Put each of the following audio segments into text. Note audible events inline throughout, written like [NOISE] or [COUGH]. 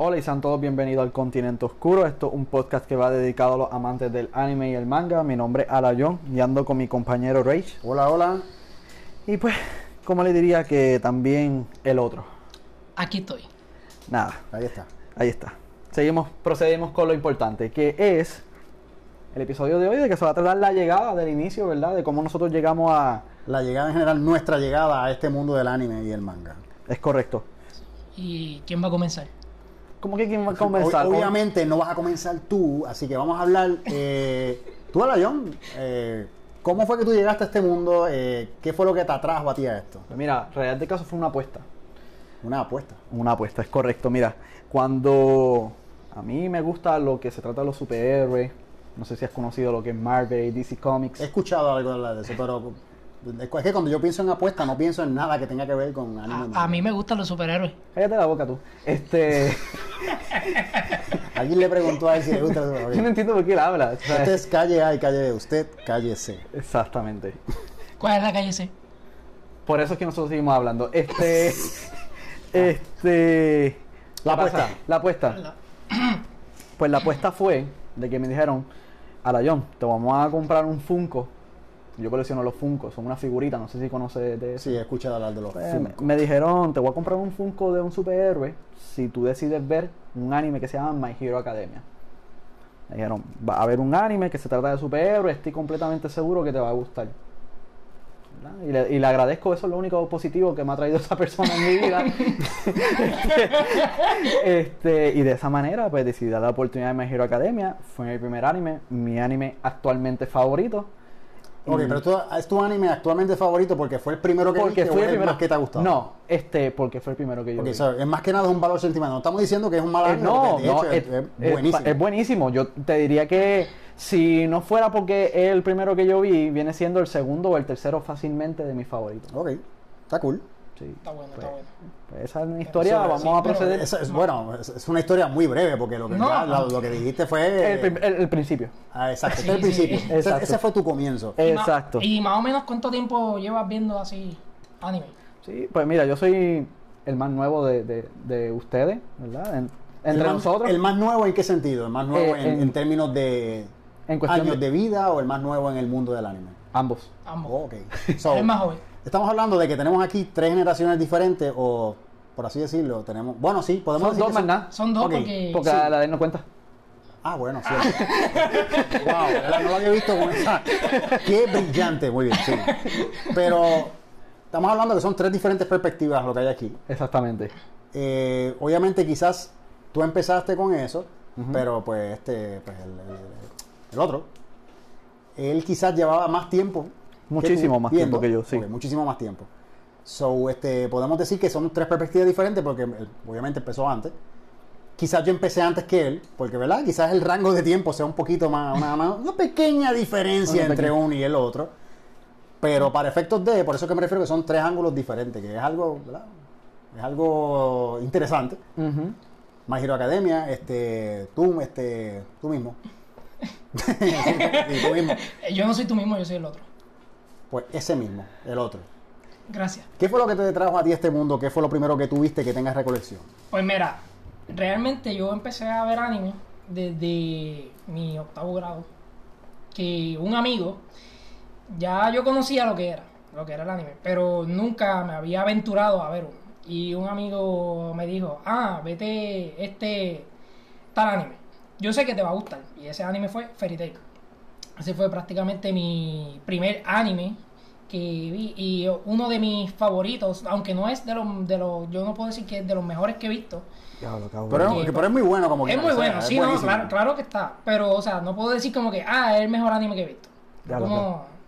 Hola y sean todos bienvenidos al Continente Oscuro. Esto es un podcast que va dedicado a los amantes del anime y el manga. Mi nombre es Alayon y ando con mi compañero Rage. Hola, hola. Y pues, como le diría que también el otro. Aquí estoy. Nada, Ahí está. ahí está. Seguimos, procedemos con lo importante, que es el episodio de hoy, de que se va a tratar la llegada del inicio, ¿verdad? De cómo nosotros llegamos a. La llegada en general, nuestra llegada a este mundo del anime y el manga. Es correcto. ¿Y quién va a comenzar? ¿Cómo que quién va a comenzar? Ob- obviamente no vas a comenzar tú, así que vamos a hablar. eh, tú, Alayón, eh, ¿cómo fue que tú llegaste a este mundo? Eh, ¿Qué fue lo que te atrajo a ti a esto? Pues Mira, realidad de caso fue una apuesta. Una apuesta. Una apuesta, es correcto. Mira, cuando a mí me gusta lo que se trata de los superhéroes, no sé si has conocido lo que es Marvel, DC He Comics. escuchado algo de hablar de eso, pero es que cuando yo pienso en apuesta no pienso en nada que tenga que ver con anime. A, a mí me gustan los superhéroes. Cállate la boca tú. [LAUGHS] Este, Alguien le preguntó a él si le gusta. [LAUGHS] el- yo no entiendo por qué él habla. o sea, Usted es calle A y calle B. Usted calle C. Exactamente. ¿Cuál es la calle C? Por eso es que nosotros seguimos hablando. [LAUGHS] Este, este, Ah. La ¿qué pasa? apuesta. La apuesta. [CLEARS THROAT] Pues la apuesta fue de que me dijeron, Alayón, te vamos a comprar un Funko. Yo colecciono los Funko, son una figurita, no sé si conoces de eso. Sí, he escuchado hablar de los Pues, Funko. Me dijeron, te voy a comprar un Funko de un superhéroe si tú decides ver un anime que se llama My Hero Academia. Me dijeron, va a haber un anime que se trata de superhéroes, estoy completamente seguro que te va a gustar. ¿Verdad? Y le, y le agradezco, eso es lo único positivo que me ha traído esa persona en mi vida. [LAUGHS] este, y de esa manera, pues decidí dar la oportunidad de My Hero Academia. Fue mi primer anime, mi anime actualmente favorito. Ok, pero tú, es tu anime actualmente favorito porque fue el primero que Mm. Porque viste fue o el es primero. más que te ha gustado. No, este, porque fue el primero que yo Ok, vi. so, es más que nada es un valor sentimental. No estamos diciendo que es un mal Eh, anime. no, porque, de no, es, hecho, es, es es- buenísimo. es buenísimo. Yo te diría que si no fuera porque es el primero que yo vi, viene siendo el segundo o el tercero fácilmente de mis favoritos. Ok, está cool. Sí. Está bueno, está Pues, bueno. pues esa es mi historia, sí, vamos sí, a pero proceder. Es, es- bueno, es, es una historia muy breve porque lo que, No. ya- lo, lo que dijiste fue... eh, el, prim- el- el principio. Ah, exacto, Sí, este es el sí. principio. Ese- Exacto. Ese, fue tu comienzo. Eh, Y ma- Exacto. ¿Y más o menos cuánto tiempo llevas viendo así anime? Sí, pues mira, yo soy el más nuevo de, de- de ustedes, ¿verdad? En- el entre más, nosotros. ¿El más nuevo en qué sentido? ¿El más nuevo Eh, en, en- en términos de En cuestión años de- de... vida o el más nuevo en el mundo del anime? Ambos. Ambos. Oh, ok. [LAUGHS] So, Eres más joven. Estamos hablando de que tenemos aquí tres generaciones diferentes, o por así decirlo, tenemos. Bueno, sí, podemos Son decir dos que más nada. Son dos Ok, porque. Porque sí. la la de él no cuenta. Ah, bueno, sí. [LAUGHS] wow, de verdad, no lo había visto con esa. Qué brillante, muy bien, sí. Pero estamos hablando que son tres diferentes perspectivas lo que hay aquí. Exactamente. Eh, obviamente, quizás tú empezaste con eso, Ujú. pero pues este, pues el, el- el otro, él quizás llevaba más tiempo. que Muchísimo tú más tiempo que yo, sí. Ok, muchísimo más tiempo. So, este, podemos decir que son tres perspectivas diferentes porque él, obviamente empezó antes. Quizás yo empecé antes que él, porque ¿verdad? Quizás el rango de tiempo sea un poquito más, una, una- una pequeña diferencia Una entre pequeña. uno y el otro. Pero para efectos de, por eso que me refiero que son tres ángulos diferentes, que es algo, ¿verdad? Es algo interesante. Ujú. My Hero Academia, este, tú, este, tú mismo. [LAUGHS] Sí, tú mismo. Eh, Yo no soy tú mismo, yo soy el otro. Pues ese mismo, el otro. Gracias. ¿Qué fue lo que te trajo a ti a este mundo? ¿Qué fue lo primero que tuviste que tengas recolección? Pues mira, realmente yo empecé a ver anime desde mi octavo grado. Que un amigo, ya yo conocía lo que era, lo que era el anime, pero nunca me había aventurado a ver uno. Y un amigo me dijo, ah, vete este tal anime. Yo sé que te va a gustar. Y ese anime fue Fairy Tail. Ese fue prácticamente mi primer anime que vi y uno de mis favoritos, aunque no es de los, de los, yo no puedo decir que es de los mejores que he visto, Pero, Bien. que- pero es muy bueno como es quiera, muy o sea, bueno, es sí, no, buenísimo. claro, claro que está. Pero, o sea, no puedo decir como que, ah, es el mejor anime que he visto. Ya No lo como,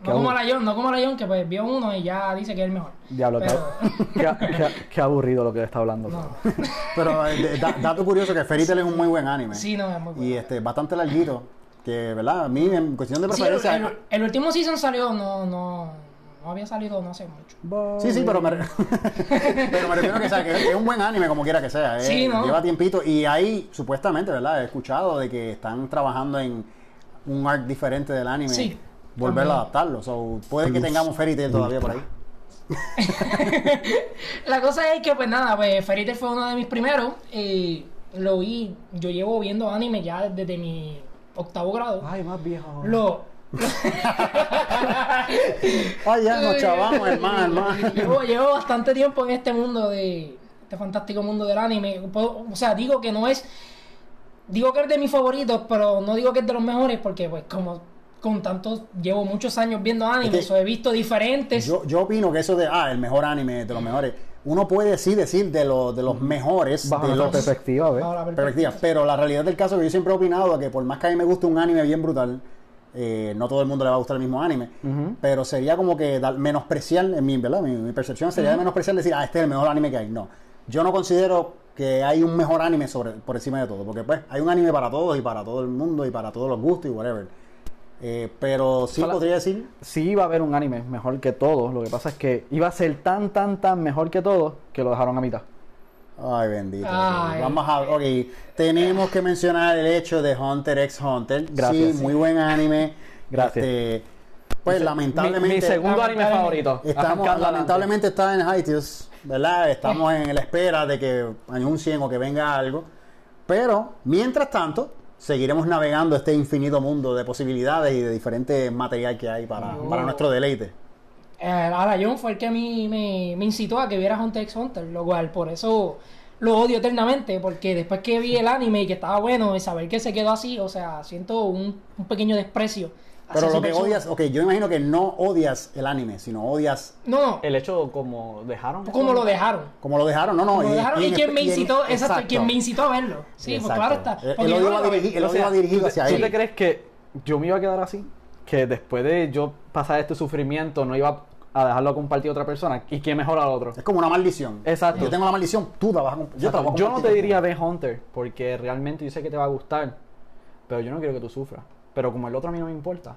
que- no como que- la John, no como la John, que pues vio uno y ya dice que es el mejor. Diablo, qué- [LAUGHS] Pero- qué, qué- qué aburrido lo que él está hablando. [LAUGHS] No, Pero eh, de- da- dato curioso que Fairy Tail es un muy buen anime. sí, no, es muy bueno. Y este, bastante larguito. Que, ¿verdad? A mí, en cuestión de Sí, eh, el, preferencia. el- el último season salió, no, no, no había salido no hace mucho. Sí, sí, pero me, re- [LAUGHS] pero me refiero que, o sea, que es un buen anime como quiera que sea. eh, Sí, ¿no? Lleva tiempito y ahí supuestamente, ¿verdad? He escuchado de que están trabajando en un arc diferente del anime. Sí, Volver también. a adaptarlo. So, puede que tengamos Fairy Tail todavía [LAUGHS] por ahí. La cosa es que, pues nada, pues Fairy Tail fue uno de mis primeros. eh, lo vi, yo llevo viendo anime ya desde mi octavo grado. Ah, Ay, más viejo. ahora. Lo, Ay, ya nos [LAUGHS] chavamos, hermano, hermano. Llevo, llevo bastante tiempo en este mundo de. Este fantástico mundo del anime. Puedo- o sea, digo que no es. Digo que es de mis favoritos, pero no digo que es de los mejores, porque, pues, como con tantos. Llevo muchos años viendo anime, Es que- o he visto diferentes. Pues Yo, yo opino que eso de, ah, el mejor anime Mm. de los mejores. Uno puede sí decir de, los de los mejores, Bajo de la los perspectiva, ¿ves? Bajo la perspectiva. perspectivas. eh, Pero la realidad del caso que yo siempre he opinado que por más que a mí me guste un anime bien brutal, eh, no todo el mundo le va a gustar el mismo anime. Ujú. Pero sería como que dar- menospreciar, en mi, ¿verdad? Mi, mi percepción sería de menospreciar decir, ah, este es el mejor anime que hay. No. Yo no considero que hay un mejor anime sobre, por encima de todo. Porque pues hay un anime para todos y para todo el mundo y para todos los gustos y whatever. Eh, pero sí Ojalá- podría decir Sí iba a haber un anime mejor que todos, lo que pasa es que iba a ser tan, tan, tan mejor que todos que lo dejaron a mitad. Ay, bendito. Ay. Vamos a. Ok, tenemos que mencionar el hecho de Hunter x Hunter. Gracias. Sí, muy buen anime. Gracias. Este, pues lamentablemente. mi, mi segundo anime lamentablemente, favorito. Estamos, Arrancando adelante. lamentablemente está en Haitius, ¿verdad? Estamos en la espera de que anuncien o que venga algo. Pero, mientras tanto, seguiremos navegando este infinito mundo de posibilidades y de diferentes material que hay para, Yo- para nuestro deleite. Eh, Ala John fue el que a mí me, me incitó a que viera Hunter x Hunter, lo cual por eso lo odio eternamente, porque después que vi el anime y que estaba bueno y saber que se quedó así, o sea, siento un, un pequeño desprecio. hacia Pero esa lo que persona. odias, ok, yo imagino que no odias el anime, sino odias No, no, El hecho como dejaron. Pues como lo dejaron. Como lo dejaron, no, no. Como lo dejaron y, en quien me espe- y en- incitó, exacto, exacto. quien me incitó a verlo. Sí, pues Exacto. claro está. El- porque el yo odio no va lo veía. dirigi- el odio va dirigido hacia ¿Tú él. te crees que yo me iba a quedar así? Que después de yo pasar este sufrimiento no iba a dejarlo compartir a otra persona. ¿Y quién mejor al otro? Es como una maldición. Exacto. Yo tengo la maldición, tú la vas a comp- Yo, te Yo no la voy a compartir te contigo. diría ve Hunter, porque realmente yo sé que te va a gustar, pero yo no quiero que tú sufras. Pero como el otro a mí no me [LAUGHS] importa.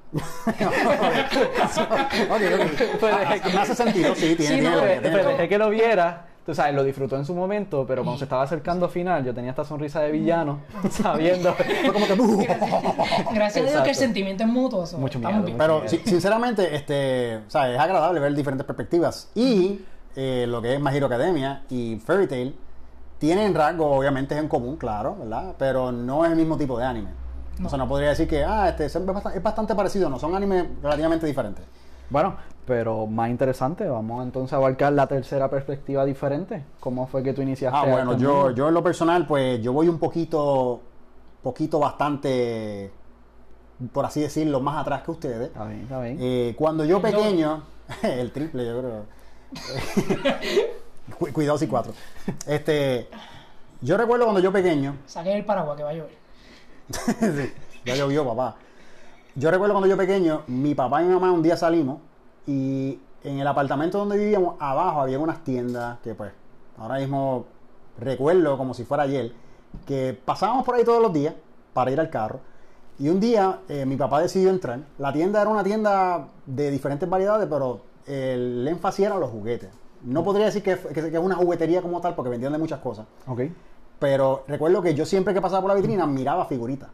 Ok, ok. Pues, Ah, es que- me hace sentido, sí, tiene, [LAUGHS] Sí, no, tiene eh, lógica, Pero tiene pero lógica. dejé que lo viera, tú sabes, lo disfrutó en su momento, pero cuando se estaba acercando al final, yo tenía esta sonrisa de [LAUGHS] villano, sabiendo. Fue como que, Gracias a Dios que el Exacto. sentimiento es mutuo. eso, Mucho estamos miedo, bien. mucho Pero si- sinceramente, este, o sea, es agradable ver diferentes perspectivas. Y eh, lo que es My Hero Academia y Fairy Tail tienen rasgos, obviamente, en común, claro, ¿verdad? Pero no es el mismo tipo de anime. O sea, no podría decir que, ah, este es bastante, es bastante parecido, no, son animes relativamente diferentes. Bueno, pero más interesante, vamos entonces a abarcar la tercera perspectiva diferente. ¿Cómo fue que tú iniciaste? Ah, a bueno, este yo, mundo? yo en lo personal, pues yo voy un poquito, poquito bastante, por así decirlo, más atrás que ustedes. Está bien, está bien. Eh, cuando yo El doble. pequeño, [LAUGHS] el triple, yo creo. Cu- Cuidado si cuatro. Este, yo recuerdo cuando yo pequeño, Saqué el paraguas que va a llover. Sí, ya llovió, papá. Yo recuerdo cuando yo pequeño, mi papá y mi mamá un día salimos y en el apartamento donde vivíamos, abajo había unas tiendas que pues ahora mismo recuerdo como si fuera ayer, que pasábamos por ahí todos los días para ir al carro. Y un día eh, mi papá decidió entrar. La tienda era una tienda de diferentes variedades, pero el énfasis era los juguetes. No podría decir que, que- que es una juguetería como tal porque vendían de muchas cosas. Ok. Pero recuerdo que yo siempre que pasaba por la vitrina miraba figuritas.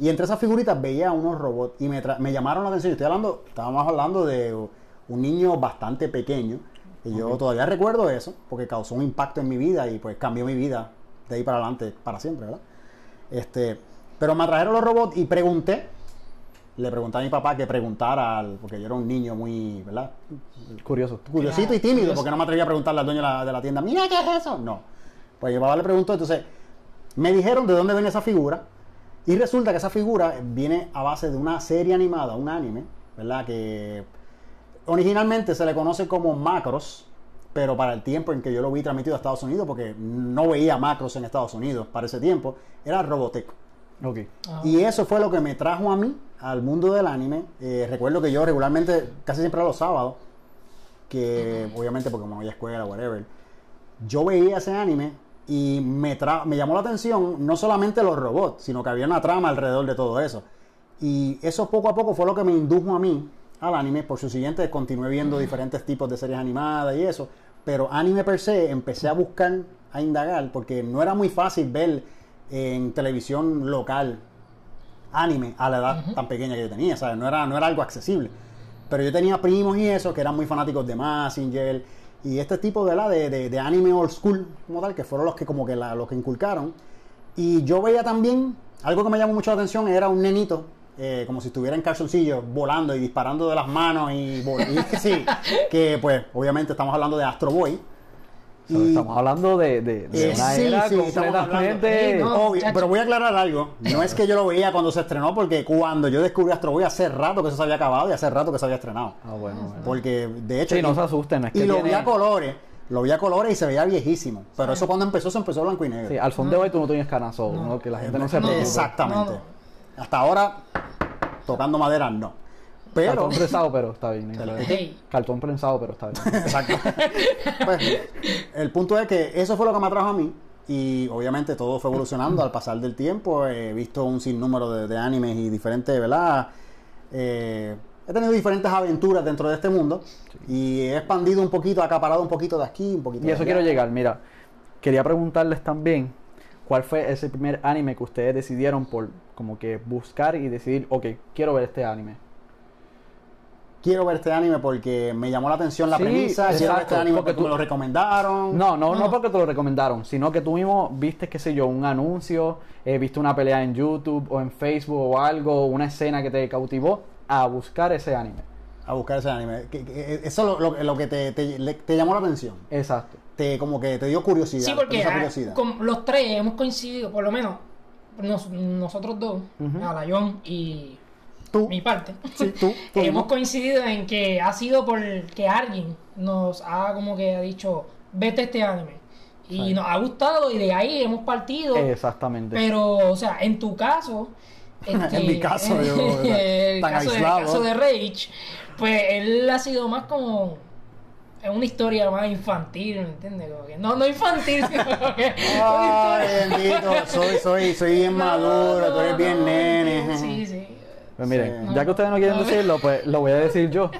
Y entre esas figuritas veía unos robots y me, tra- me llamaron la atención. Estoy hablando, estábamos hablando de un niño bastante pequeño. Y yo todavía recuerdo eso, porque causó un impacto en mi vida y pues cambió mi vida de ahí para adelante, para siempre, ¿verdad? Este, pero me atrajeron los robots y pregunté. Le pregunté a mi papá que preguntara, al- porque yo era un niño muy, ¿verdad? Curioso. curiosito Claro, y tímido, curioso. porque no me atrevía a preguntarle al dueño de la, de la tienda, mira, ¿qué es eso? No. Pues mi papá le preguntó, entonces, me dijeron de dónde viene esa figura, y resulta que esa figura viene a base de una serie animada, un anime, ¿verdad? Que originalmente se le conoce como Macros, pero para el tiempo en que yo lo vi transmitido a Estados Unidos, porque no veía Macros en Estados Unidos para ese tiempo, era Robotech. Ok. Ah. Y eso fue lo que me trajo a mí al mundo del anime. Eh, recuerdo que yo regularmente, casi siempre los sábados, que obviamente porque como no había escuela, whatever, yo veía ese anime y me, tra- me llamó la atención no solamente los robots, sino que había una trama alrededor de todo eso. Y eso poco a poco fue lo que me indujo a mí al anime. Por su siguiente, continué viendo diferentes tipos de series animadas y eso. Pero anime per se, empecé a buscar, a indagar, porque no era muy fácil ver en televisión local anime a la edad tan pequeña que yo tenía, ¿sabes? No era, no era algo accesible. Pero yo tenía primos y eso que eran muy fanáticos de Massinger y este tipo de, la de, de- de anime old school, como tal, que fueron los que como que la, los que inculcaron. Y yo veía también, algo que me llamó mucho la atención era un nenito, eh, como si estuviera en calzoncillo, volando y disparando de las manos. Y, vol- y [LAUGHS] sí, que pues obviamente estamos hablando de Astro Boy. O sea, Y- Estamos hablando de, de, de eh, una sí, era sí, estamos hablando. completamente. Sí, no, Obvio, chacho. pero voy a aclarar algo. No es que yo lo veía cuando se estrenó, porque cuando yo descubrí Astro Boy hace rato que eso se había acabado y hace rato que se había estrenado. Ah, bueno, bueno. Porque de hecho. Sí, no se asusten, es y que lo tiene- vi a colores. Lo vi a colores y se veía viejísimo. Pero eso cuando empezó, se empezó blanco y negro. Eh, Sí, al son de hoy tú no tienes canazo, No. ¿no? que la gente no se No, preocupe. Exactamente. no, Hasta ahora, tocando madera, no. Pero. Cartón prensado, pero está bien. Te lo- ¿eh? Hey, Cartón prensado, pero está bien. Exacto. Pues, el punto es que eso fue lo que me atrajo a mí. Y obviamente todo fue evolucionando al pasar del tiempo. He visto un sinnúmero de, de animes y diferentes, ¿verdad? Eh, he tenido diferentes aventuras dentro de este mundo. Y he expandido un poquito, acaparado un poquito de aquí, un poquito Y de eso allá. quiero llegar, mira. Quería preguntarles también cuál fue ese primer anime que ustedes decidieron por como que buscar y decidir, ok, quiero ver este anime. Quiero ver este anime porque me llamó la atención la Sí, premisa. Quiero ver exacto, este anime porque porque tú- me lo recomendaron. No, no, No. no porque te lo recomendaron, sino que tú mismo viste, qué sé yo, un anuncio, eh, viste una pelea en YouTube o en Facebook o algo, una escena que te cautivó a buscar ese anime. A buscar ese anime. Que- que- Eso es lo, lo- lo que te, te- le- te llamó la atención. Exacto. Te, como que te dio curiosidad. sí, te porque puso ah, curiosidad. con los tres hemos coincidido, por lo menos nos- nosotros dos, Ujú. Alayón y Tú. mi parte, Sí, tú, [LAUGHS] tú, hemos ¿no? coincidido en que ha sido porque alguien nos ha como que ha dicho, vete este anime. Y Sí. nos ha gustado y de ahí hemos partido. Exactamente. Pero, o sea, en tu caso. [LAUGHS] este, En mi caso, yo, o [LAUGHS] sea, el, tan caso de, el aislado. caso de Rage, pues él ha sido más como. Es una historia más infantil, ¿me entiendes? Como que- no, no infantil, [LAUGHS] sino que. Ay, bendito, soy, soy, soy bien maduro, tú eres bien no, nene. Sí, sí. Pues miren, Sí. ya que ustedes no quieren No. decirlo, pues lo voy a decir [LAUGHS] yo.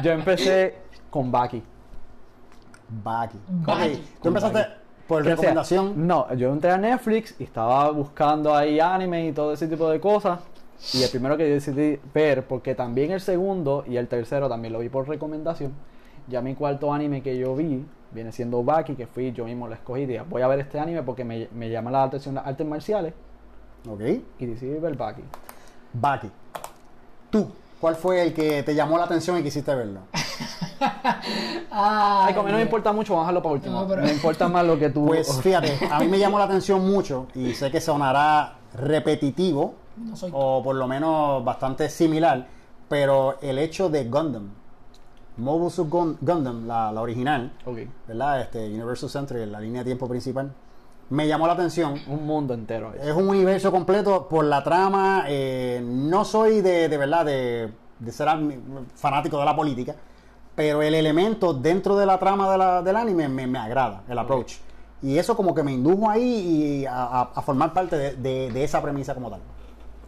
yo empecé con Baki. Baki. Baki. Ok, Tú empezaste por O sea, recomendación. no, yo entré a Netflix y estaba buscando ahí anime y todo ese tipo de cosas. Y el primero que yo decidí ver, porque también el segundo y el tercero también lo vi por recomendación. Ya mi cuarto anime que yo vi viene siendo Baki, que fui yo mismo lo escogí. y Dije, voy a ver este anime porque me, me llama la atención las artes marciales. Ok. Y decidí ver Baki. Baki. Tú, ¿cuál fue el que te llamó la atención y quisiste verlo? Ay, Ay, como a mí no me importa mucho, vamos a dejarlo para último. No, pero- Me importa más lo que tú. [LAUGHS] Pues fíjate, a mí me llamó la atención mucho y sé que sonará repetitivo No soy o por lo menos bastante similar, pero el hecho de Gundam, Mobile Suit Gun- Gundam, la, la original, Ok. ¿verdad? Este Universal Century, la línea de tiempo principal, me llamó la atención. Un mundo entero. ahí. Es un universo completo por la trama. eh, no soy de, de verdad de, de ser admi- fanático de la política, pero el elemento dentro de la trama de la- del anime me, me agrada, el approach. Y eso como que me indujo ahí y a, a- a formar parte de, de- de esa premisa como tal.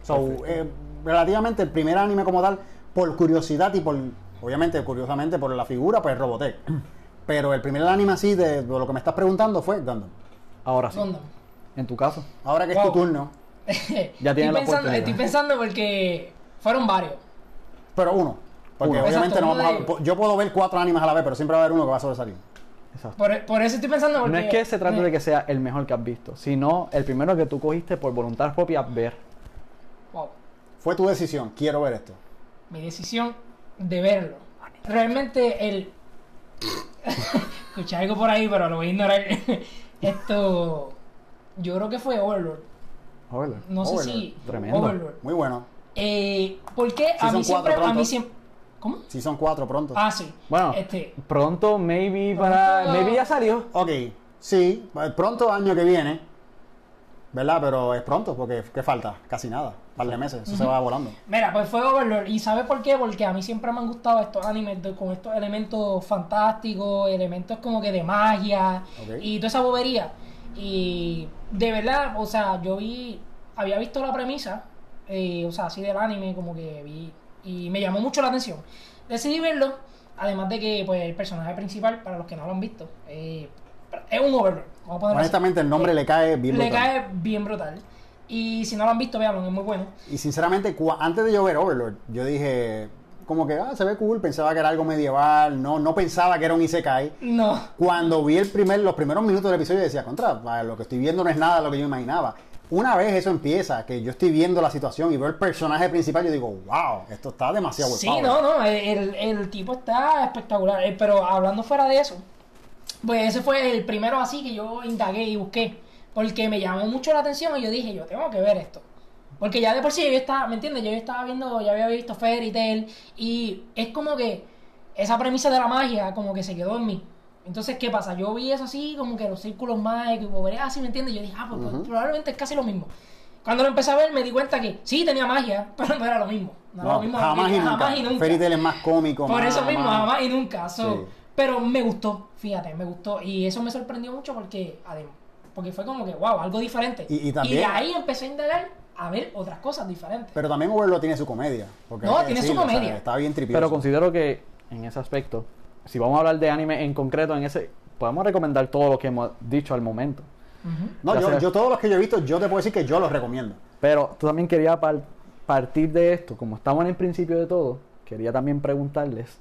So, eh, relativamente el primer anime como tal, por curiosidad y por, obviamente, curiosamente por la figura, pues Robotech. Pero el primer anime así de, de lo que me estás preguntando fue Gundam. Ahora sí. [LAUGHS] Gundam. En tu caso. Ahora que es Wow. tu turno, Ya estoy, tienes la pensando, oportunidad. estoy pensando porque fueron varios. Pero uno. Porque Uno. obviamente Exacto, no uno vamos a- de ellos. Yo puedo ver cuatro animes a la vez, pero siempre va a haber uno que va a sobresalir. Exacto. Por, por eso estoy pensando porque. No es que se trate me- de que sea el mejor que has visto, sino el primero que tú cogiste por voluntad propia ver. Wow. Fue tu decisión, quiero ver esto. mi decisión de verlo. Realmente el... [LAUGHS] Escuché algo por ahí, pero lo voy a ignorar. [LAUGHS] Esto... Yo creo que fue Overlord. Joder. No sé Overlord, si... tremendo. Overlord. Muy bueno. Eh, ¿Por qué a son mí siempre... cuatro A mí pronto. siempre... ¿Cómo? Si son cuatro pronto. Ah, sí. Bueno, Este... pronto, maybe para. Pronto. Maybe ya salió. Ok, sí, pronto año que viene. ¿Verdad? Pero es pronto, porque ¿qué falta? Casi nada. Un par de meses, eso se va volando. Mira, pues fue Overlord. ¿Y sabes por qué? Porque a mí siempre me han gustado estos animes de- con estos elementos fantásticos, elementos como que de magia Ok. y toda esa bobería. Y de verdad, o sea, yo vi, había visto la premisa, eh, o sea, así del anime, como que vi, y me llamó mucho la atención. Decidí verlo, además de que pues el personaje principal, para los que no lo han visto, eh, es un Overlord. Vamos a ponerlo así. Eh, Honestamente, el nombre le cae bien Le brutal. cae bien brutal. Y si no lo han visto, véanlo, es muy bueno. Y sinceramente, cua- antes de yo ver Overlord, yo dije, como que, ah, se ve cool, pensaba que era algo medieval, no, no pensaba que era un Isekai. No. Cuando vi el primer, los primeros minutos del episodio, yo decía, contra, para lo que estoy viendo no es nada de lo que yo imaginaba. Una vez eso empieza, que yo estoy viendo la situación y veo el personaje principal, yo digo, wow, esto está demasiado Sí, no, overpowered". no, el, el tipo está espectacular. Eh, Pero hablando fuera de eso, pues ese fue el primero así que yo indagué y busqué. Porque me llamó mucho la atención y yo dije, yo tengo que ver esto. Porque ya de por sí yo estaba, ¿me entiendes? Yo estaba viendo, ya había visto Fairy Tail y es como que esa premisa de la magia como que se quedó en mí. Entonces, ¿qué pasa? Yo vi eso así, como que los círculos mágicos, pobre, así, ¿me entiendes? Yo dije, ah, pues, pues, probablemente es casi lo mismo. Cuando lo empecé a ver me di cuenta que sí tenía magia, [LAUGHS] pero no era lo mismo. No era No, lo mismo jamás, y porque- nunca. jamás y nunca. Fairy Tail es más cómico. Por más- eso mismo, más- jamás y nunca. so, Sí. Pero me gustó, fíjate, me gustó. Y eso me sorprendió mucho porque, adem- porque fue como que, wow, algo diferente. Y- y también- de ahí empecé a indagar a ver otras cosas diferentes. Pero también Overlord tiene su comedia. Porque No, hay que tiene su decirlo, o sea, comedia. está bien tripioso. Pero considero que en ese aspecto, si vamos a hablar de anime en concreto, en ese podemos recomendar todo lo que hemos dicho al momento. Ujú. No, Ya yo, sabes. yo todos los que yo he visto, yo te puedo decir que yo los recomiendo. Pero tú también quería par- partir de esto, como estamos en el principio de todo, quería también preguntarles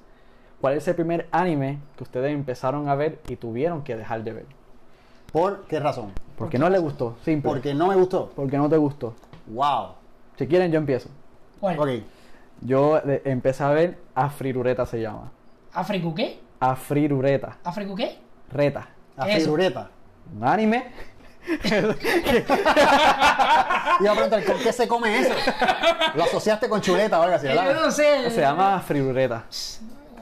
cuál es el primer anime que ustedes empezaron a ver y tuvieron que dejar de ver. ¿Por qué razón? Porque no les gustó, simple. Porque no me gustó. Porque no te gustó. Wow. Si quieren, yo empiezo. ¿Cuál? Ok. Yo de- empecé a ver Afrirureta se llama. ¿Afriku qué? Afrirureta. ¿Afriku qué? Reta. La Eso. figureta. Un anime [LAUGHS] Iba a preguntar, ¿con qué se come [LAUGHS] eso? Lo asociaste con chuleta o algo así, Eh, yo ¿verdad? no sé. se llama Afrirureta.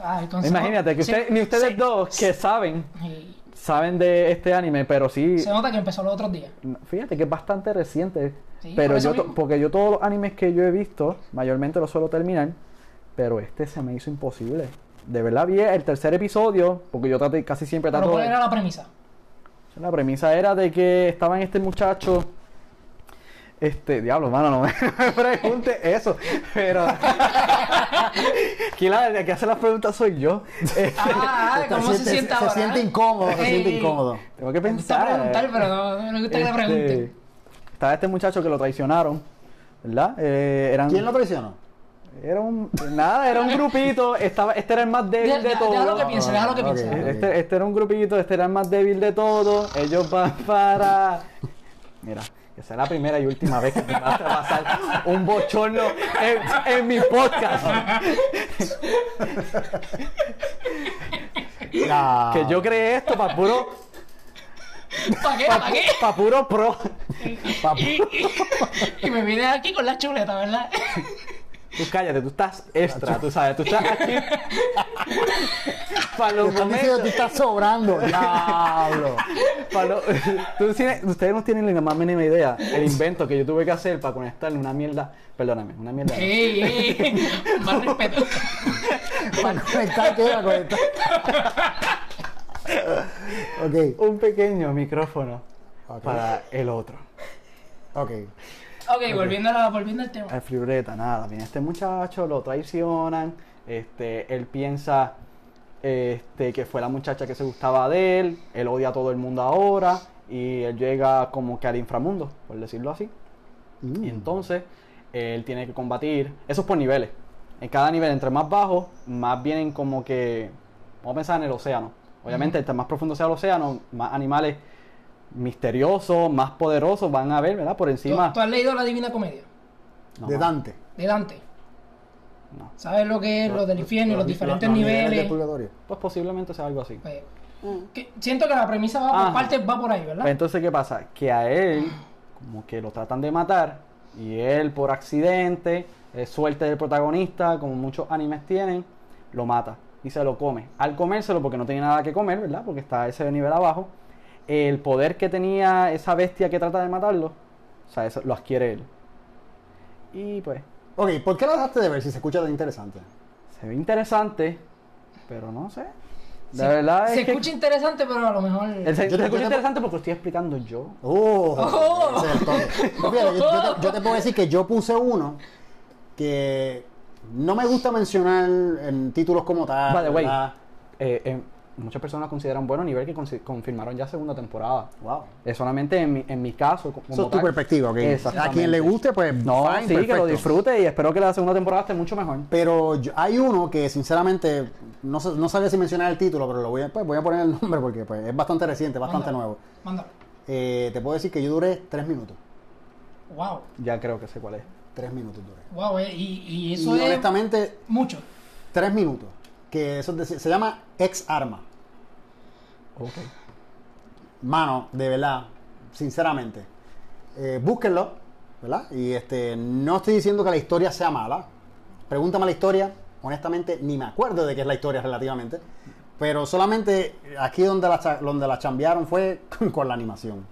Ay, con- Imagínate que se- usted- ni ustedes se- dos que saben, Ay, saben de este anime, pero sí, Se nota que empezó los otros días. fíjate que es bastante reciente. Sí, por pero eso yo, to- mismo. porque yo todos los animes que yo he visto, mayormente los suelo terminar, pero este se me hizo imposible. De verdad vi el tercer episodio, porque yo traté, casi siempre Pero trato... ¿cuál de- era la [LAUGHS] premisa? La premisa era de que estaban este muchacho. Este, diablo, mano, no me, me [LAUGHS] pregunte eso. Pero. [LAUGHS] Aquí la la que hace las preguntas soy yo. [LAUGHS] Eh, Ah, ah, ¿cómo se, siente ahora? Se siente incómodo, se Ey. siente incómodo. tengo que Me gusta pensar. preguntar, pero no, no me gusta que le pregunten. [LAUGHS] Este, estaba este muchacho que lo traicionaron, ¿verdad? Eh, eran, ¿Quién lo traicionó? Era un. Nada, era un grupito. Estaba, este era el más débil Deja- de deja- todos. déjalo que piense, déjalo que Ok. piense. Eh, Este, este era un grupito, este era el más débil de todos. Ellos van para. Mira, esa es la primera y última vez que me va a pasar un bochorno en, en mi podcast. La- Que [LAUGHS] yo creé esto para puro. ¿Para qué? ¿Para Para qué? puro pro. Pa- Y me vine aquí con la [LAUGHS] chuleta, ¿verdad? Tú cállate, tú estás extra, tú sabes, tú estás aquí. Para Te los están diciendo, tú momentos. estás sobrando. Diablo. para los- tú tienes- ustedes no tienen ni la más mínima idea el invento que yo tuve que hacer para conectarle una mierda. Perdóname, una mierda. ¡Ey, ey! Más respeto. Para conectar, ¿qué? Para conectar. Ok, un pequeño micrófono Ok. para el otro. ok. Ok, volviendo, a la- volviendo al tema. Al friureta, nada, viene este muchacho, lo traicionan, este, él piensa este, que fue la muchacha que se gustaba de él, él odia a todo el mundo ahora y él llega como que al inframundo, por decirlo así. Mm. Y entonces él tiene que combatir, eso es por niveles. En cada nivel, entre más bajo, más vienen como que, vamos a pensar en el océano. Obviamente, entre más profundo sea el océano, más animales misteriosos, más poderosos van a ver, ¿verdad? Por ¿Tú, encima. tú has leído La Divina Comedia? No, De Dante. De Dante. No. ¿Sabes lo que es? Lo del infierno y los diferentes niveles. del purgatorio. Pues posiblemente sea algo así. Pues, Mm. que- siento que la premisa va por Ajá. partes, va por ahí, Pues ¿verdad? entonces, ¿qué pasa? Que a él, como que lo tratan de matar, y él por accidente, eh, suerte del protagonista, como muchos animes tienen, lo mata y se lo come. Al comérselo, porque no tenía nada que comer, ¿verdad? Porque está a ese nivel abajo, el poder que tenía esa bestia que trata de matarlo, o sea, eso lo adquiere él. Y pues, Ok, ¿por qué lo dejaste de ver si se escucha tan interesante? se ve interesante, pero no sé. La Sí, verdad Se es que... escucha interesante, pero a lo mejor. el- se- se Yo te- yo te- escucha interesante porque lo estoy explicando yo. ¡Oh! Oh. Ese es el toque. No, fíjate, yo, yo te, yo te puedo decir que yo puse uno que no me gusta mencionar en títulos como tal. By the way, ¿verdad? eh, em, muchas personas consideran bueno a nivel que consi- confirmaron ya segunda temporada. Wow. Es solamente en mi, en mi caso. como Eso es tu tal. perspectiva, ok. A Exactamente. quien le guste, pues No, fine, sí, que perfecto. lo disfrute y espero que la segunda temporada esté mucho mejor. Pero yo- hay uno que sinceramente no, sé- no sabía si mencionar el título, pero lo voy a, pues, voy a poner el [LAUGHS] nombre porque pues, es bastante reciente, bastante Mándalo. nuevo. Mándalo. Eh, te puedo decir que yo duré tres minutos. Wow. Ya creo que sé cuál es. Tres minutos duré. Wow, eh, y, y eso y es honestamente, mucho. tres minutos. Que eso es decir, se llama Ex Arma. Mano, de verdad, sinceramente. eh, búsquenlo, ¿verdad? Y este, no estoy diciendo que la historia sea mala. Pregúntame la historia. Honestamente, ni me acuerdo de qué es la historia relativamente. Pero solamente aquí donde la, cha- donde la chambearon fue [LAUGHS] con, con la animación.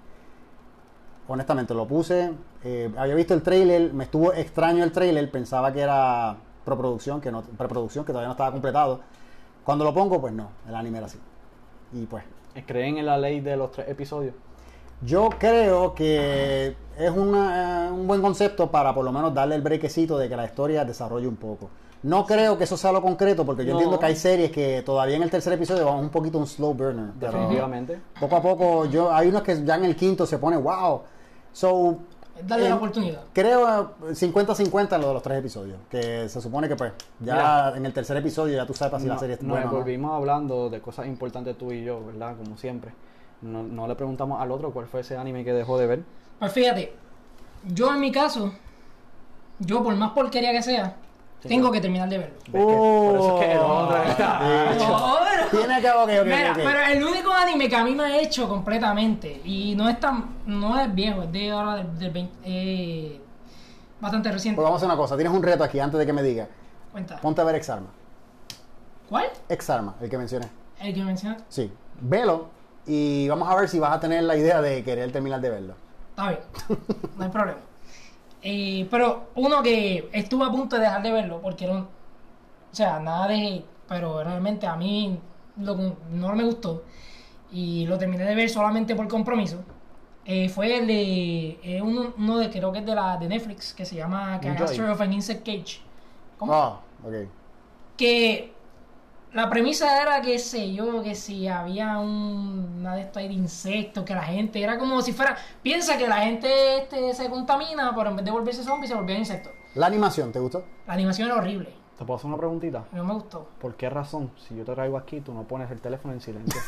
Honestamente, lo puse. eh, había visto el trailer, me estuvo extraño el trailer. Pensaba que era preproducción, que no, preproducción, que todavía no estaba completado. Cuando lo pongo, pues no, el anime era así. Y pues, ¿Creen en la ley de los tres episodios? yo creo que es una- eh, un buen concepto para por lo menos darle el brequecito de que la historia desarrolle un poco. No creo que eso sea lo concreto, porque yo No. entiendo que hay series que todavía en el tercer episodio van un poquito un slow burner. pero Definitivamente. poco a poco, yo hay unos que ya en el quinto se pone wow. So, Es darle en- la oportunidad. Creo eh, 50-50 lo de los tres episodios. Que se supone que, pues, ya Mira. en el tercer episodio ya tú sabes si la No- serie está nos buena. o no. volvimos hablando de cosas importantes tú y yo, ¿verdad? Como siempre. No, no le preguntamos al otro cuál fue ese anime que dejó de ver. Pues fíjate, yo en mi caso, yo por más porquería que sea, tengo que terminar de verlo. ¿Ves que- por eso es que el Oh, otro está- [LAUGHS] de hecho. No, pero- Tiene que ok, ok, ok, Mira, ok. pero el único anime que a mí me ha hecho completamente, y no es tan, no es viejo, es de ahora del, del 20, eh, bastante reciente. Pues vamos a hacer una cosa, tienes un reto aquí antes de que me diga. Cuenta. Ponte a ver Exarma. ¿Cuál? Exarma, el que mencioné. El que mencioné. Sí. Velo y vamos a ver si vas a tener la idea de querer terminar de verlo. Está bien, no hay problema. Eh, pero uno que estuve a punto de dejar de verlo, porque era un- O sea, nada de... Pero realmente a mí lo que no me gustó. Y lo terminé de ver solamente por compromiso. eh, fue el de... eh, uno, uno de creo que es de, la, de Netflix, que se llama Catastrophe of an Insect Cage. ¿Cómo? Ah, ok. que la premisa era que sé yo, que si había un- una de estas de insectos, que la gente era como si fuera, piensa que la gente este, se contamina, pero en vez de volverse zombie se volvía insecto. La animación, ¿te gustó? La animación era horrible, ¿Te puedo hacer una preguntita? no me gustó. ¿Por qué razón, si yo te traigo aquí, tú no pones el teléfono en silencio?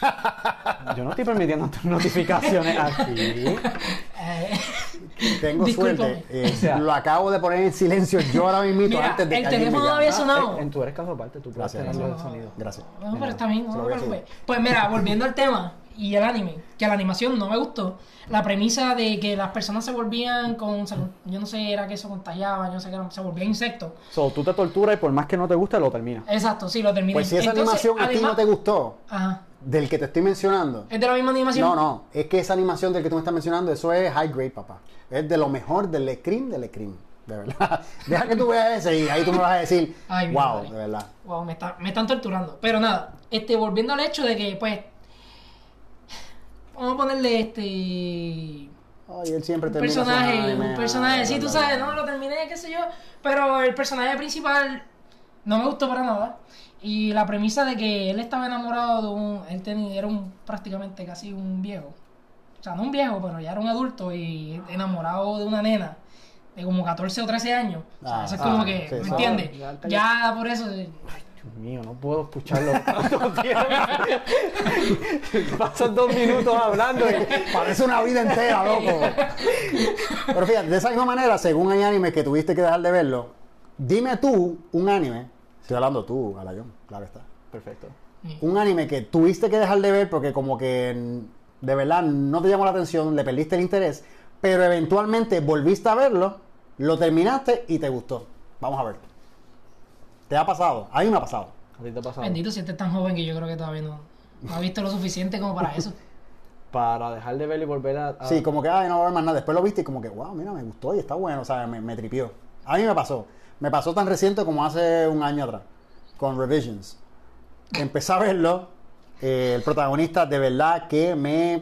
[LAUGHS] Yo no estoy permitiendo tus notificaciones aquí. Eh, [LAUGHS] Tengo Discúlpame. [LAUGHS] suerte. eh, O sea- lo acabo de poner en silencio yo ahora mismo Mira, antes de el que alguien me teléfono llame. había sonado. En tu eres caso aparte, Eh, tú puedes Gracias, tener gracias. el sonido. Gracias. no, pero está bien, Se lo no, voy a pero decir. pues, pues mira, volviendo al tema y el anime, que la animación no me gustó, la premisa de que las personas se volvían con, se- yo no sé, era que se contagiaban, yo no sé qué, era, se volvían insectos. So, tú te torturas y por más que no te guste, lo terminas. Exacto, sí, lo terminé. Pues si esa Entonces, animación a ti no además- te gustó, Ajá. del que te estoy mencionando. ¿Es de la misma animación? No, no, es que esa animación del que tú me estás mencionando, eso es high grade, papá. Es de lo mejor del scream del scream, de verdad. [LAUGHS] Deja que tú veas ese y ahí tú me vas a decir, Ay, mi wow, madre. de verdad. Wow, me, está- me están torturando. Pero nada, este, volviendo al hecho de que, pues. Vamos a ponerle este. Ay, él siempre Un termina haciendo personaje, anime, un personaje, ah, sí, bla, tú bla, sabes, bla. no lo terminé, qué sé yo, pero el personaje principal no me gustó para nada. Y la premisa de que él estaba enamorado de un. Él tenía, era un, prácticamente casi un viejo. O sea, no un viejo, pero ya era un adulto y enamorado de una nena de como 14 o 13 años. O sea, Ah, eso es ah, como que, sí, ¿me sí. entiendes? Ya, ya te- Ya por eso. eh, Dios mío, no puedo escucharlo. [LAUGHS] tanto tiempo. Pasan dos minutos hablando y... [LAUGHS] Parece una vida entera, loco. Pero fíjate, de esa misma manera, según hay animes que tuviste que dejar de verlo, dime tú un anime, estoy hablando tú, Alayón, claro está. Perfecto. un anime que tuviste que dejar de ver porque como que mm, de verdad no te llamó la atención, le perdiste el interés, pero eventualmente volviste a verlo, lo terminaste y te gustó. Vamos a ver. ¿Te ha pasado? A mí me ha pasado. ¿A ti te ha pasado? Bendito, si este es tan joven que yo creo que todavía no, no ha visto lo suficiente como para [LAUGHS] eso. Para dejar de ver y volver a... a- Sí, como que, ay, no voy a ver más nada. Después lo viste y como que, wow, mira, me gustó y está bueno, o sea, me, me tripió. A mí me pasó. Me pasó tan reciente como hace un año atrás, con Revisions. Empecé a verlo, eh, el protagonista de verdad que me...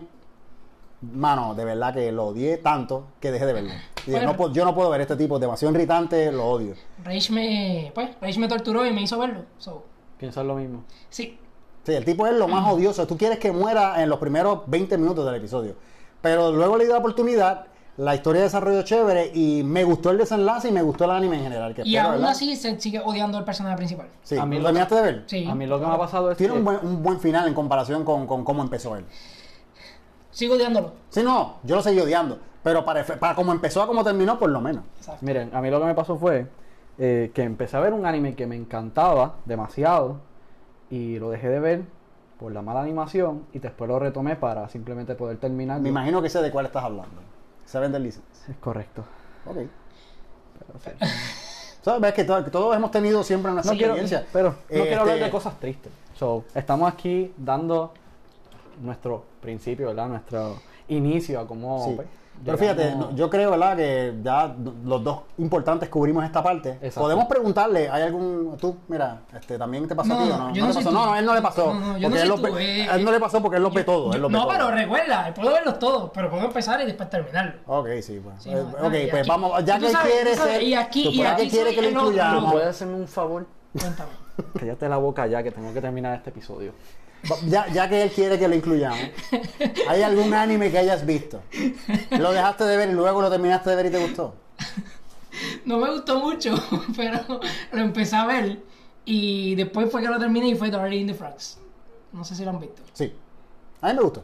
Mano, de verdad que lo odié tanto que dejé de verlo. Y dije, no puedo- yo no puedo ver este tipo, es demasiado irritante, lo odio. Rage me, pues, Rage me torturó y me hizo verlo. So, Piensas lo mismo. sí, Sí, el tipo es lo Mm. más odioso. Tú quieres que muera en los primeros 20 minutos del episodio. Pero luego le di la oportunidad, la historia desarrolló chévere y me gustó el desenlace y me gustó el anime en general. Que Y espero, aún ¿verdad? así se sigue odiando al personaje principal. Sí, A mí ¿lo lo- terminaste de ver? Sí. A mí lo que me ha pasado es Tiene que un buen, un buen final en comparación con, con cómo empezó él. Sigo odiándolo. Sí, no, yo lo seguí odiando. Pero para, efe- para cómo empezó a cómo terminó, por lo menos. Exacto. Miren, a mí lo que me pasó fue eh, que empecé a ver un anime que me encantaba demasiado y lo dejé de ver por la mala animación y después lo retomé para simplemente poder terminar. Me imagino que sé de cuál estás hablando. Seven Deadly Sins. Es correcto. Ok. Pero, sí. [LAUGHS] ¿Sabes? Ves que, to- que todos hemos tenido siempre una No quiero, experiencia. pero no Eh, quiero hablar este, de cosas tristes. So, estamos aquí dando nuestro principio, ¿verdad? Nuestro inicio a cómo... Sí. pues, Pero llegamos- fíjate, no- yo creo, ¿verdad? Que ya do- los dos importantes cubrimos esta parte. Exacto. Podemos preguntarle, ¿hay algún... Tú, mira, este, también te pasó a ti o No, no? yo no, no le soy pasó. tú. no, no, él no le pasó. No, no, yo porque no soy él, lo tú, pe- eh, a él no le pasó porque él lo ve todo. él Yo- lo ve no, todo. pero recuerda, puedo verlos todos, pero puedo empezar y después terminarlo. Ok, sí, pues. Sí, Eh, no, no, ok, y pues aquí- vamos, ya tú que sabes, tú quiere sabes, ser. y aquí- tú- y ya aquí que quiere soy que lo el otro. incluyamos. Ah, ¿Puedes hacerme un favor? Cuéntame. Cállate la boca ya, que tengo que terminar este episodio. Va- Ya, ya que él quiere que [LAUGHS] lo incluyamos. ¿Hay algún anime que hayas visto? ¿Lo dejaste de ver y luego lo terminaste de ver y te gustó? No me gustó mucho, [LAUGHS] pero lo empecé a ver y después fue que lo terminé y fue Darling in the Franks. No sé si lo han visto. Sí. A mí me gustó.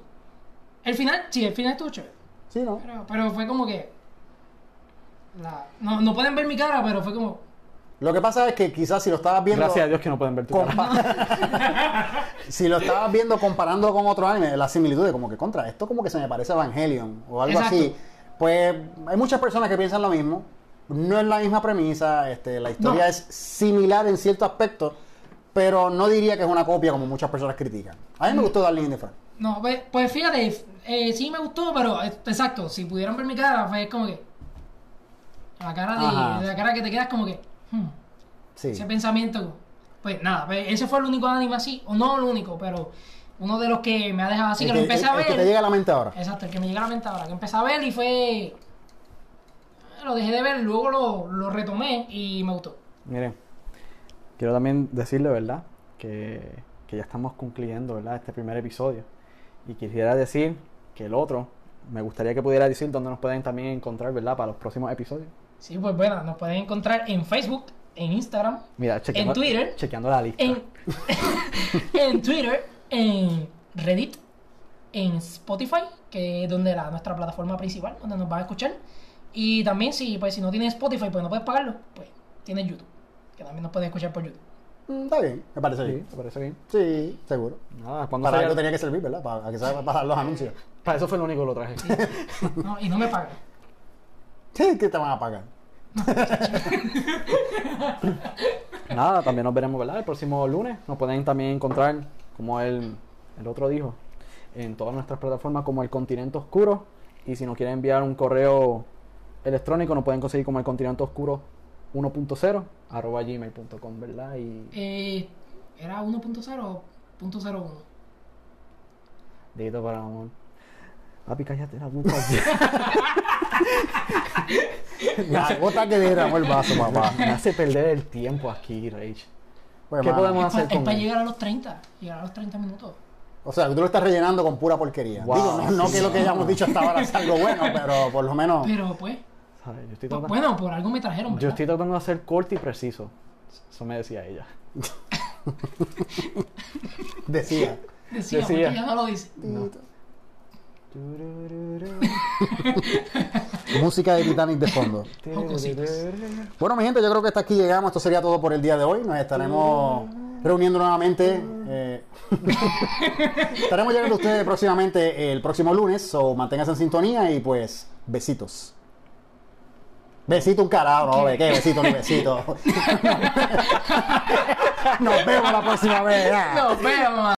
El final, sí, el final estuvo chévere. Sí, ¿no? Pero, pero fue como que. la- no, no pueden ver mi cara, pero fue como. Lo que pasa es que quizás si lo estabas viendo. Gracias a Dios que no pueden ver tu cara. compa- [LAUGHS] si lo estabas viendo comparando con otro anime, las similitudes, como que contra, esto como que se me parece a Evangelion o algo Exacto. así. Pues hay muchas personas que piensan lo mismo. No es la misma premisa, este, la historia No. es similar en cierto aspecto, pero no diría que es una copia como muchas personas critican. A Mm. mí me gustó Darling in the Franxx. No, pues, pues fíjate, eh, sí me gustó, pero eh, exacto, si pudieran ver mi cara, fue como que. La cara de, Ajá. de la cara que te quedas, como que. hmm, Sí. Ese pensamiento. Pues nada, pues, ese fue el único anime así, o no el único, pero uno de los que me ha dejado así, El que, lo empecé a el- el ver. Eh. que te llega a la mente ahora. Exacto, el que me llega a la mente ahora, que empecé a ver y fue. Lo dejé de ver, luego lo, lo retomé y me gustó. Miren, quiero también decirle, ¿verdad? Que, que ya estamos concluyendo, ¿verdad? Este primer episodio. Y quisiera decir que el otro, me gustaría que pudiera decir dónde nos pueden también encontrar, ¿verdad? Para los próximos episodios. Sí, pues bueno, nos pueden encontrar en Facebook, en Instagram, Mira, chequeando, En Twitter. chequeando la lista. en, [LAUGHS] en Twitter, en Reddit, en Spotify, que es donde la, nuestra plataforma principal, donde nos van a escuchar. Y también si, pues, si no tienes Spotify, pues no puedes pagarlo, pues tienes YouTube, que también nos puedes escuchar por YouTube. Mm, Está bien, me parece Sí, bien. ¿te parece bien? Sí, seguro. Nada, cuando Para salga- algo tenía que servir, ¿verdad? Para, que sea- para los anuncios. para eso fue lo único que lo traje. [LAUGHS] No, y no me pagan. Sí, que te van a pagar. [LAUGHS] Nada, también nos veremos, ¿verdad? El próximo lunes. Nos pueden también encontrar, como el, el otro dijo, en todas nuestras plataformas como el Continente Oscuro. Y si nos quieren enviar un correo electrónico, nos pueden conseguir como el Continente Oscuro 1.0 arroba gmail.com, ¿verdad? Y Eh, ¿Era 1.0 o 0.01? dedito para amor. Papi, cállate la boca. La gota que derramó el vaso, papá. Me hace perder el tiempo aquí, Rage. Pues, ¿Qué mano, podemos Es hacer con para él? llegar a los 30, llegar a los 30 minutos. O sea, tú lo estás rellenando con pura porquería. Wow. Digo, no, no que lo que hayamos dicho hasta ahora sea algo bueno, pero por lo menos. Pero pues, ¿Sabes? Yo estoy pues, tratando- bueno, por algo me trajeron. Yo ¿verdad? estoy tratando de hacer corto y preciso. Eso me decía ella. Decía. Decía, decía. porque ya no lo dice. Música de Titanic de fondo. Bueno, mi gente, yo creo que hasta aquí llegamos. Esto sería todo por el día de hoy. Nos estaremos reuniendo nuevamente. eh, [LAUGHS] estaremos llegando a ustedes próximamente el próximo lunes. O manténganse en sintonía y pues, besitos. Besito un carajo, no, ve, qué besito [LAUGHS] ni besito. Nos vemos la próxima vez. ah. Nos vemos.